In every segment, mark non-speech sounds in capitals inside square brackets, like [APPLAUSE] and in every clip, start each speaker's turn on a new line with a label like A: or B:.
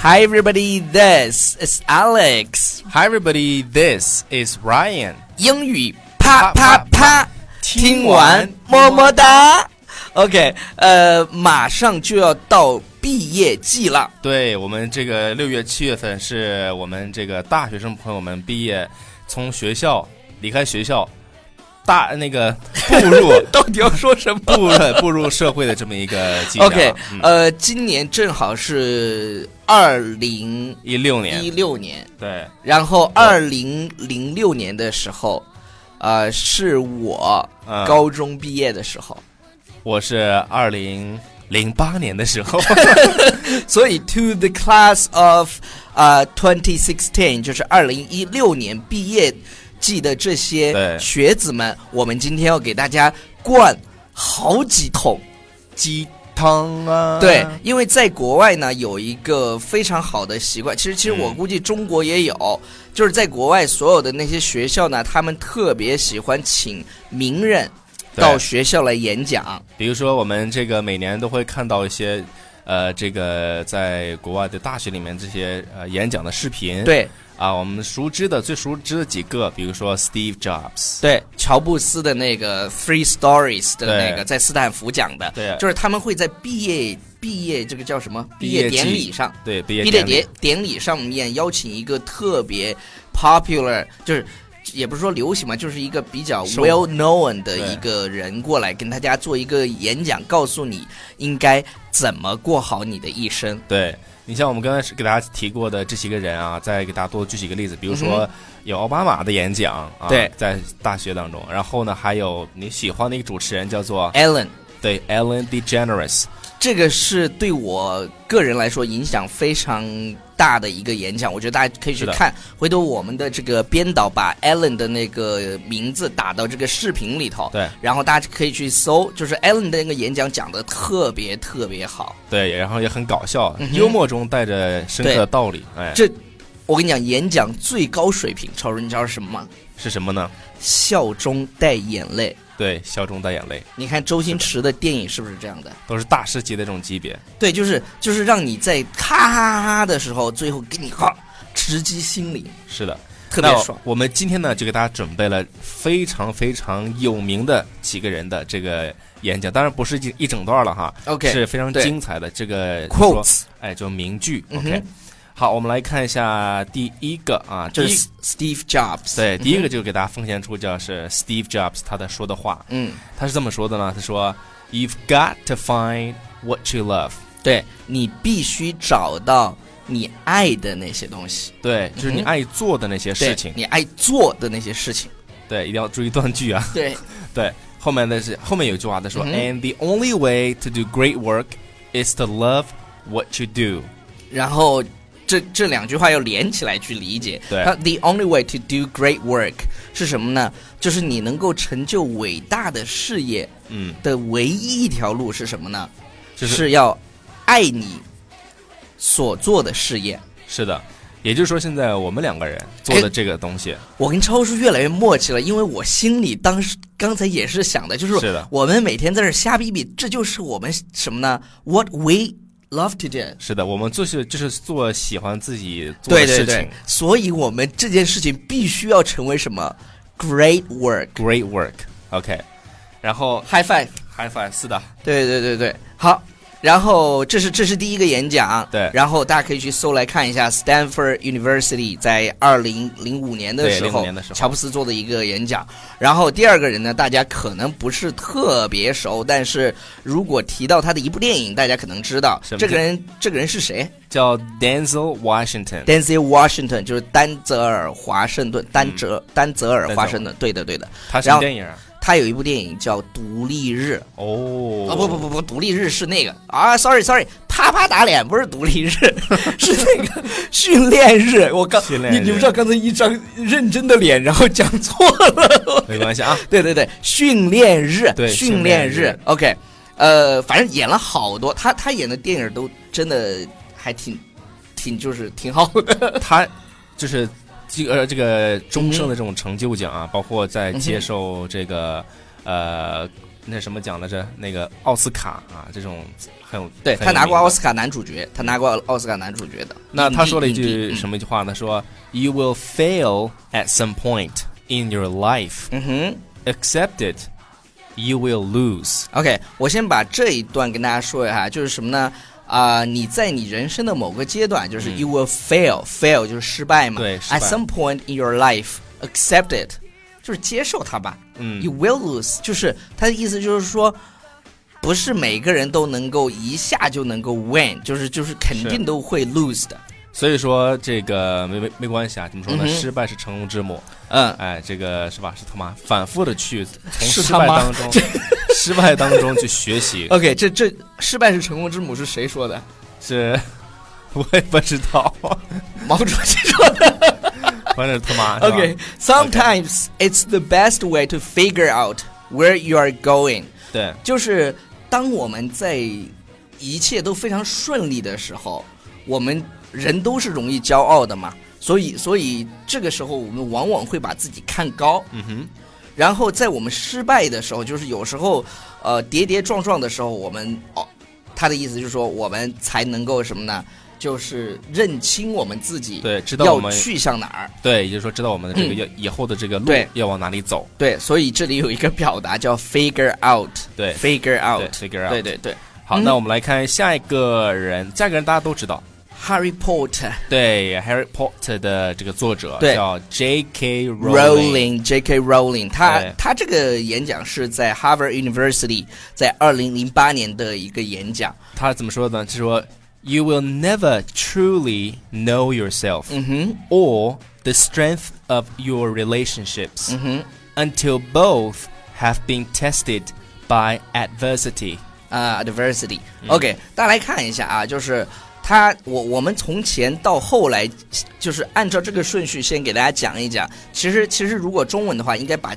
A: Hi everybody, this is Alex。
B: Hi, everybody. This is Ryan.
A: 英语啪啪
B: 啪
A: 啪，听
B: 听
A: 完么
B: 完
A: 么哒。OK，呃，马上就要到毕业季了，
B: 对我们这个六月、七月份是我们这个大学生朋友们毕业，从学校离开学校，大那个步 [LAUGHS] 入
A: 到底要说什么？
B: 步入步入社会的这么一个季节啊。
A: OK，、
B: 嗯，
A: 呃，今年正好是二零
B: 一六
A: 一
B: 年，
A: 六年，
B: 对，
A: 然后二零零六年的时候，呃，是我
B: 嗯
A: 高中毕业的时候，
B: 我是二零零八年的时候，
A: 所以 to the class of 呃、2016就是二零一六年毕业季的这些
B: 对
A: 学子们，我们今天要给大家灌好几桶。
B: [LAUGHS] 鸡汤啊，
A: 对，因为在国外呢有一个非常好的习惯，其实其实我
B: 嗯
A: 估计中国也有，就是在国外所有的那些学校呢，他们特别喜欢请名人
B: 对
A: 到学校来演讲。
B: 比如说，我们这个每年都会看到一些，呃，这个在国外的大学里面这些呃演讲的视频。
A: 对
B: 啊，我们熟知的最熟知的几个，比如说 Steve Jobs。
A: 对，乔布斯的那个 Three Stories 的
B: 对
A: 那个在斯坦福讲的，
B: 对
A: 就是他们会在毕业毕业这个叫什么毕
B: 毕业
A: 业典
B: 季
A: 礼上，
B: 对，毕业
A: 毕业
B: 典礼
A: 典典礼上面邀请一个特别 popular，就是也不是说流行嘛，就是一个比较
B: 受
A: well known 的
B: 对
A: 一个人过来跟大家做一个演讲，告诉你应该怎么过好你的一生。
B: 对你像我们刚才是给大家提过的这些个人啊，再给大家多举几个例子，比如说有奥巴马的演讲啊，
A: 嗯对
B: 在大学当中，然后呢，还有你喜欢的一个主持人叫做
A: Alan，
B: 对 Ellen DeGeneres，
A: 这个是对我个人来说影响非常大的一个演讲，我觉得大家可以去
B: 是的
A: 看。回头我们的这个编导把 Ellen 的那个名字打到这个视频里头，
B: 对
A: 然后大家可以去搜，就是 Ellen 的那个演讲讲的特别特别好。
B: 对，然后也很搞笑，
A: 嗯哼
B: 幽默中带着深刻
A: 对
B: 的道理，哎，
A: 这我跟你讲，演讲最高水平，超人你知道是什么吗？
B: 是什么呢？
A: 笑中带眼泪。
B: 对，笑中带眼泪，
A: 你看周星驰的电影是不是这样的？
B: 都是大师级的这种级别。
A: 对，就是就是让你在哈哈哈的时候，最后给你哈直击心灵，
B: 是的，
A: 特别
B: 那
A: 爽。
B: 我们今天呢，就给大家准备了非常非常有名的几个人的这个演讲，当然不是一一整段了哈
A: OK，
B: 是非常
A: 对
B: 精彩的这个就说
A: quotes，
B: 哎，就名句。
A: 嗯
B: OK，、
A: 哼
B: 好，我们来看一下第一个啊，第
A: 这
B: 一
A: 是 Steve Jobs。
B: 对第一个就给大家奉献出叫是 Steve Jobs 他的说的话，
A: 嗯，
B: 他是这么说的呢，他说：“You've got to find what you love。”
A: 对你必须找到你爱的那些东西，
B: 对，就是你
A: 嗯哼
B: 爱做的那些
A: 对
B: 事情。
A: 你爱做的那些事情。
B: 对，一定要注意断句啊。
A: 对，
B: 对，后面的是后面有一句话，他说、
A: 嗯
B: a n d the only way to do great work is to love what you do。
A: 然后这这两句话要连起来去理解。
B: 对
A: 它 the only way to do great work 是什么呢？就是你能够成就伟大的事业
B: 嗯，
A: 的唯一一条路是什么呢？
B: 就是
A: 要爱你所做的事业。
B: 是的，也就是说，现在我们两个人做
A: 哎
B: 的这个东西，
A: 我跟超叔越来越默契了，因为我心里当时刚才也是想的，就是
B: 是的
A: 我们每天在这儿瞎逼逼，这就是我们什么呢？What we love to do。
B: 是的，我们就是就是做喜欢自己做
A: 对对
B: 的事情
A: 对，所以我们这件事情必须要成为什么？Great work。
B: g r e a t work。OK，然后
A: High five。
B: high five，是的，
A: 对对对对，好。然后这是这是第一个演讲，
B: 对
A: 然后大家可以去搜来看一下 Stanford University 在二零零五年的
B: 对
A: 时
B: 05
A: 候
B: 年的时，候
A: 乔布斯做的一个演讲。然后第二个人呢，大家可能不是特别熟，但是如果提到他的一部电影，大家可能知道
B: 什么
A: 这个
B: 电
A: 人这个人是谁
B: 叫 Denzel Washington。
A: ？Denzel Washington 就是丹泽尔华盛顿，丹泽、
B: 嗯
A: 丹泽尔华盛顿，对的对的。
B: 他什
A: 然
B: 么
A: 后
B: 电影啊？
A: 他有一部电影叫《独立日》，
B: 哦，
A: 哦不不不不，独立日是那个啊，sorry sorry，啪啪打脸不是独立日， [LAUGHS] 是那个训练日。我刚
B: 训
A: [LAUGHS]
B: 练
A: 你
B: 日
A: 你不知道刚才一张认真的脸，然后讲错了。
B: 没关系啊。
A: 对对对，训练日，
B: 对
A: 训
B: 训
A: 练
B: 练
A: 日
B: 日。
A: OK，呃，反正演了好多，他他演的电影都真的还挺挺就是挺好的。
B: 他就是这个呃
A: 嗯
B: 这个终生的这种成就奖啊，包括在接受这个呃那什么奖来着？那个奥斯卡啊，这种很有
A: 对
B: 很
A: 他
B: 有
A: 拿过
B: 名
A: 奥
B: 的
A: 斯卡男主角，他拿过奥斯卡男主角的。
B: 那他说了一
A: 影帝嗯
B: 句什？么一句话呢？说 “You will fail at some point in your life,
A: 影帝嗯嗯
B: accept it, you will lose。
A: 哼，OK，我先把这一段跟大家说一下，就是什么呢？啊、你在你人生的某个阶段，就是
B: 嗯
A: you will fail，fail、fail 就是失败嘛。
B: 对失败
A: ，at some point in your life，accept it，就是接受它吧。
B: 嗯
A: You will lose，就是他的意思就是说，不是每个人都能够一下就能够 win，就是就是肯定都会 lose 的。
B: 所以说这个没没没关系啊，怎么说呢？
A: 嗯哼
B: 失败是成功之母，
A: 嗯，
B: 哎，这个是吧？是他妈反复的去从
A: 是
B: 失
A: 他
B: 败
A: 妈
B: 当中， [LAUGHS] 失败当中去学习，
A: OK，这这失败是成功之母是谁说的？ [LAUGHS]
B: 是 [LAUGHS] 我也不知道，
A: 毛主席说的。
B: 反正他妈是吧
A: OK，sometimes、it's the best way to figure out where you are going。
B: 对，
A: 就是当我们在一切都非常顺利的时候，我们人都是容易骄傲的嘛，所以所以这个时候我们往往会把自己看高。
B: 嗯哼，
A: 然后在我们失败的时候，就是有时候，呃，跌跌撞撞的时候，我们哦，他的意思就是说，我们才能够什么呢？就是认清我们自己，
B: 对，知道我
A: 要
B: 们
A: 去向哪儿。
B: 对，也就是说知道我们的这个
A: 嗯
B: 要以后的这个路
A: 对
B: 要往哪里走，
A: 对，所以这里有一个表达叫 figure out，figure
B: 对
A: out，
B: ，figure out，
A: 对对对
B: 好，
A: 嗯
B: 那我们来看下一个人，下一个人大家都知道，
A: ，Harry Potter
B: 对《Harry Potter》的这个作者
A: 对
B: 叫 J.K. Rowling。
A: Rowling J.K. Rowling，他
B: 对
A: 他这个演讲是在 Harvard University 在二零零八年的一个演讲。
B: 他怎么说呢？是说 “You will never truly know yourself
A: 嗯哼，
B: or the strength of your relationships
A: 嗯哼。
B: until both have been tested by adversity。
A: 啊、d i v e r s i t y OK，、大家来看一下啊，就是他，我我们从前到后来，就是按照这个顺序先给大家讲一讲。其实其实如果中文的话，应该把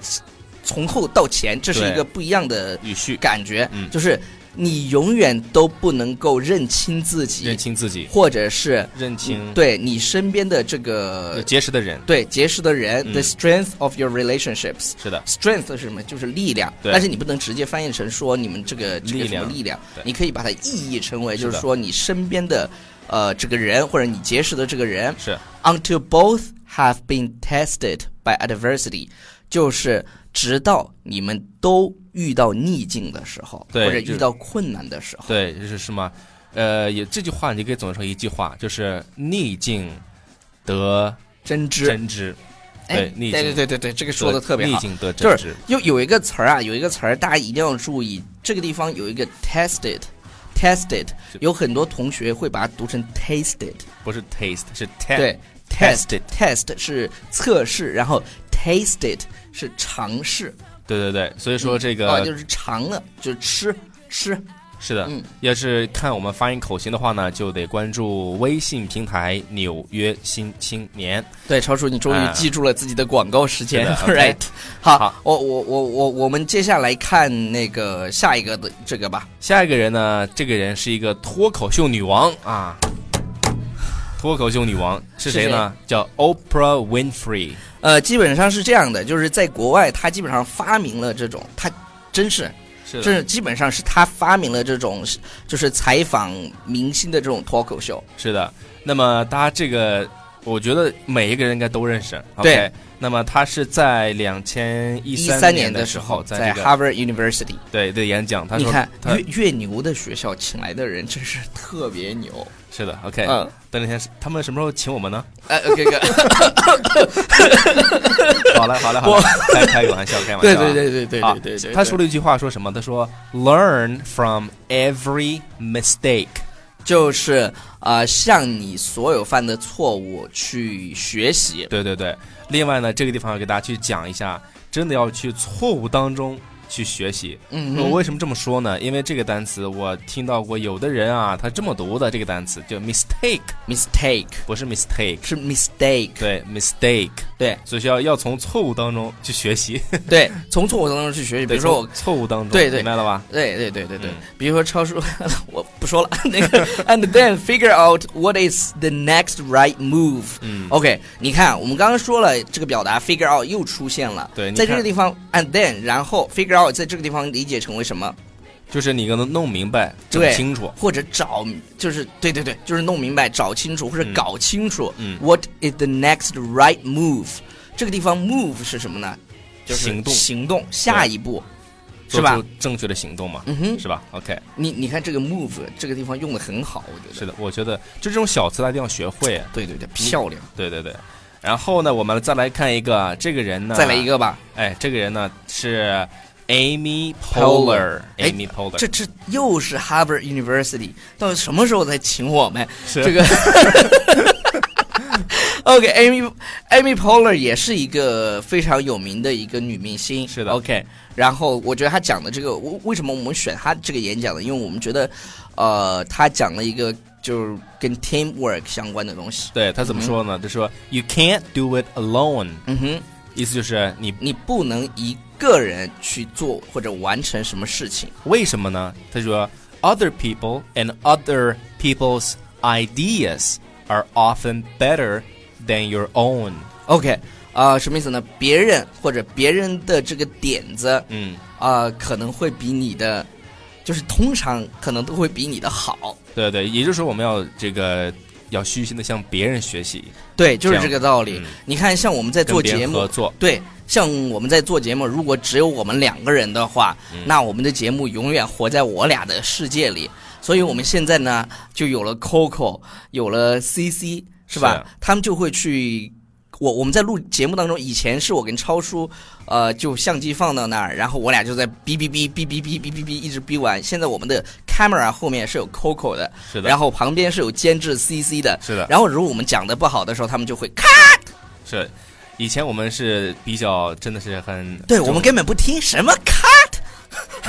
A: 从后到前，这是
B: 对
A: 一个不一样的
B: 语序
A: 感觉，
B: 嗯
A: 就是你永远都不能够认清自己
B: 认，清自己，
A: 或者是
B: 认清
A: 对你身边的这
B: 有
A: 个
B: 结识的人，
A: 对结识的人、
B: 嗯
A: t h e strength of your relationships。
B: 是的，
A: Strength 是什么？就是力量，
B: 对
A: 但是你不能直接翻译成说你们这个这个
B: 力
A: 什么
B: 量
A: 力量
B: 对，
A: 你可以把它意译成为
B: 是
A: 就
B: 的
A: 是说你身边的呃这个人或者你结识的这个人
B: 是
A: ，until both have been tested by adversity，就是直到你们都遇到逆境的时候，
B: 对
A: 或者
B: 就
A: 遇到困难的时候，
B: 对，就是什么？呃，也这句话你可以总结成一句话，就是逆境得
A: 真知，
B: 真知，
A: 哎，
B: 对逆
A: 对对
B: 境
A: 对对对，这个说的特别
B: 逆
A: 好。
B: 境得真
A: 就
B: 知
A: 是，又有一个词儿啊，有一个词儿，大家一定要注意，这个地方有一个 tested。tested
B: 是
A: 有很多同学会把它读成 tasted，
B: 不是 taste，是 test。
A: 对，test
B: tested
A: test 是测试，然后 tasted 是尝试，
B: 对对对，所以说这个、
A: 啊就是尝了，就是吃吃，
B: 是的，
A: 嗯
B: 要是看我们发音口型的话呢，就得关注微信平台《纽约新青年》。
A: 对，超叔，你终于
B: 啊
A: 记住了自己的广告时间、a l
B: 是的
A: [LAUGHS] right？
B: ，OK
A: 好，
B: 好
A: 我我我我我们接下来看那个下一个的这个吧，
B: 下一个人呢，这个人是一个脱口秀女王啊，脱口秀女王是谁呢？叫 Oprah Winfrey。
A: 呃，基本上是这样的，就是在国外，他基本上发明了这种，他真是
B: 是
A: 这
B: 的，
A: 是基本上是他发明了这种就是采访明星的这种脱口秀。
B: 是的。那么她这个，我觉得每一个人应该都认识。o
A: 对
B: k 那么她是在两千一
A: 一
B: 三
A: 年
B: 的
A: 时
B: 候，在
A: 在
B: 这个
A: Harvard University，
B: 对对演讲，她
A: 你
B: 说
A: 看
B: 她
A: 越越牛的学校请来的人真是特别牛。
B: 是的，OK。
A: 嗯，
B: 等两天是他们什么时候请我们呢？
A: 呃，OK 哥，
B: 啊好了好了好了，开开个玩笑，开玩笑啊。
A: [LAUGHS] 对对对对对
B: 啊
A: 对对对，
B: 他说了一句话，说什么？他说：“Learn from every mistake。
A: 就是呃，向你所有犯的错误去学习”。
B: 对对对。另外呢，这个地方要给大家去讲一下，真的要去错误当中去学习。
A: 嗯
B: 我
A: 哼，
B: 为什么这么说呢？因为这个单词我听到过，有的人啊，他这么读的这个单词叫 mistake，
A: mistake
B: 不是 mistake，
A: 是 mistake，
B: 对 mistake，
A: 对
B: 所以需要要从错误当中去学习。
A: 对，从
B: [LAUGHS]
A: 错误当中去学习。比
B: 对
A: 如说我
B: 从错误当中，
A: 对对
B: 明白了吧？
A: 对对对对对
B: 嗯，
A: 比如说超叔，我 [LAUGHS] 不说了。 [LAUGHS] 那个 and then figure out what is the next right move。
B: 嗯
A: OK，你看我们刚刚说了这个表达 figure out 又出现了，
B: 对你
A: 在这
B: 看
A: 个地方 and then 然后 figure out 在这个地方理解成为什么？
B: 就是你可能弄明白、整
A: 对
B: 清楚，
A: 或者找就是对对对，就是弄明白、找清楚或者搞清楚。
B: 嗯
A: What is the next right move？这个地方 move 是什么呢？就是
B: 行动
A: 行动，下一步，是
B: 做
A: 吧
B: 出正确的行动嘛，
A: 嗯哼
B: 是吧？OK，
A: 你你看这个 move 这个地方用的很好，我觉得
B: 是的，我觉得就这种小词大家一定要学会，
A: 对对对，漂亮。
B: 对对对。然后呢，我们再来看一个啊，这个人呢，
A: 再来一，个吧，
B: 哎，这个人呢是 Amy
A: Poehler 哎
B: Poehler，Amy Poehler，
A: 这这又是 Harvard University，到底什么时候才请我们？
B: 是
A: 这个 [LAUGHS] ，OK，Amy Amy [LAUGHS] Poehler 也是一个非常有名的一个女明星，
B: [LAUGHS] 是的
A: ，OK。然后我觉得她讲的这个，为为什么我们选她这个演讲呢？因为我们觉得，呃，她讲了一个就是跟 teamwork 相关的东西。
B: 对他怎么说呢？就说 You can't do it alone，
A: 嗯哼，
B: 意思就是你
A: 你不能一个人去做或者完成什么事情。
B: 为什么呢？他说，Other people and other people's ideas are often better than your own。
A: OK，啊、什么意思呢？别人或者别人的这个点子
B: 嗯，
A: 啊、可能会比你的，就是通常可能都会比你的好。
B: 对对，也就是说我们要这个要虚心的向别人学习，
A: 对，就是
B: 这
A: 这
B: 样
A: 个道理。
B: 嗯
A: 你看，像我们在
B: 跟
A: 做
B: 别
A: 节
B: 人
A: 目
B: 合，作。
A: 对，像我们在做节目，如果只有我们两个人的话，那我们的节目永远活在我俩的世界里。所以我们现在呢，就有了 Coco，有了 CC，是吧？他们就会去。我我们在录节目当中，以前是我跟超叔，呃，就相机放到那儿，然后我俩就在哔哔哔哔哔哔哔哔哔一直哔完。现在我们的 camera 后面是有 Coco 的，
B: 是的，
A: 然
B: 后
A: 后旁边是有监制 CC 的，
B: 是的，
A: 然后如果我们讲的不好的时候，他们就会咔，
B: 是。以前我们是比较真的是很
A: 对我们根本不听什么咔。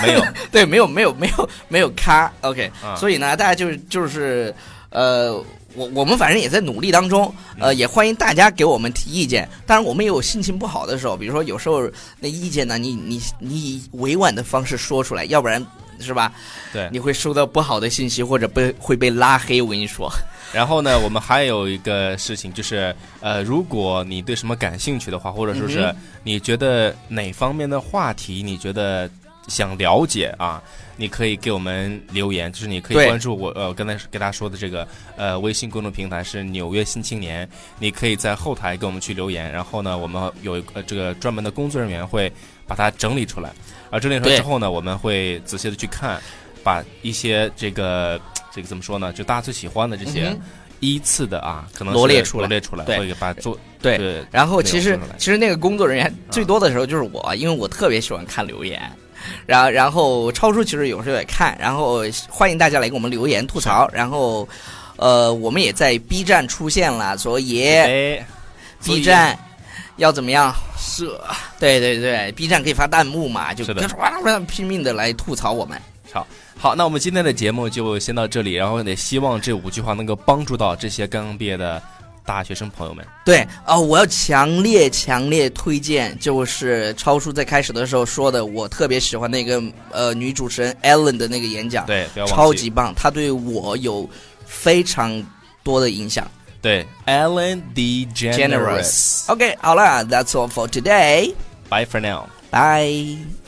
B: 没 [LAUGHS] 有
A: 对， [LAUGHS] 没有没有没有没有咖，OK，、
B: 嗯
A: 所以呢，大家就是就是，呃，我我们反正也在努力当中，呃，也欢迎大家给我们提意见。当然，我们也有心情不好的时候，比如说有时候那意见呢，你你你以委婉的方式说出来，要不然是吧，
B: 对
A: 你会收到不好的信息或者被会被拉黑。我跟你说，
B: 然后呢，我们还有一个事情就是，呃，如果你对什么感兴趣的话，或者说是
A: 嗯
B: 你觉得哪方面的话题你觉得想了解啊，你可以给我们留言，就是你可以
A: 对
B: 关注我呃，我刚才给大家说的这个呃微信公众平台是《纽约新青年》，你可以在后台给我们去留言，然后呢，我们有一个、呃、这个专门的工作人员会把它整理出来，啊，整理出来
A: 对
B: 之后呢，我们会仔细的去看，把一些这个这个怎么说呢，就大家最喜欢的这些。
A: 嗯哼
B: 依次的啊，可能是
A: 罗列出来
B: 罗列出来，
A: 对
B: 会给把它做
A: 对
B: 对
A: 然后
B: 没有嗯
A: 其实
B: 说出来
A: 其实那个工作人员最多的时候就是我，因为我特别喜欢看留言。然后，然后超叔其实有时候也看，然后欢迎大家来给我们留言吐槽。然后，呃，我们也在 B 站出现了，所以
B: 哎，所以
A: B 站要怎么样？是，对对对，B 站可以发弹幕嘛，就是
B: 的
A: 就是哇哇拼命的来吐槽我们。
B: 好，那我们今天的节目就先到这里，然后也希望这五句话能够帮助到这些刚刚毕业的大学生朋友们。
A: 对哦，我要强烈强烈推荐，就是超叔在开始的时候说的，我特别喜欢那个呃女主持人 Ellen 的那个演讲，
B: 对，不要忘记，
A: 超级棒，她对我有非常多的影响。
B: 对，Ellen DeGeneres。
A: Generous。OK，好了，That's all for today.
B: Bye for now.
A: Bye.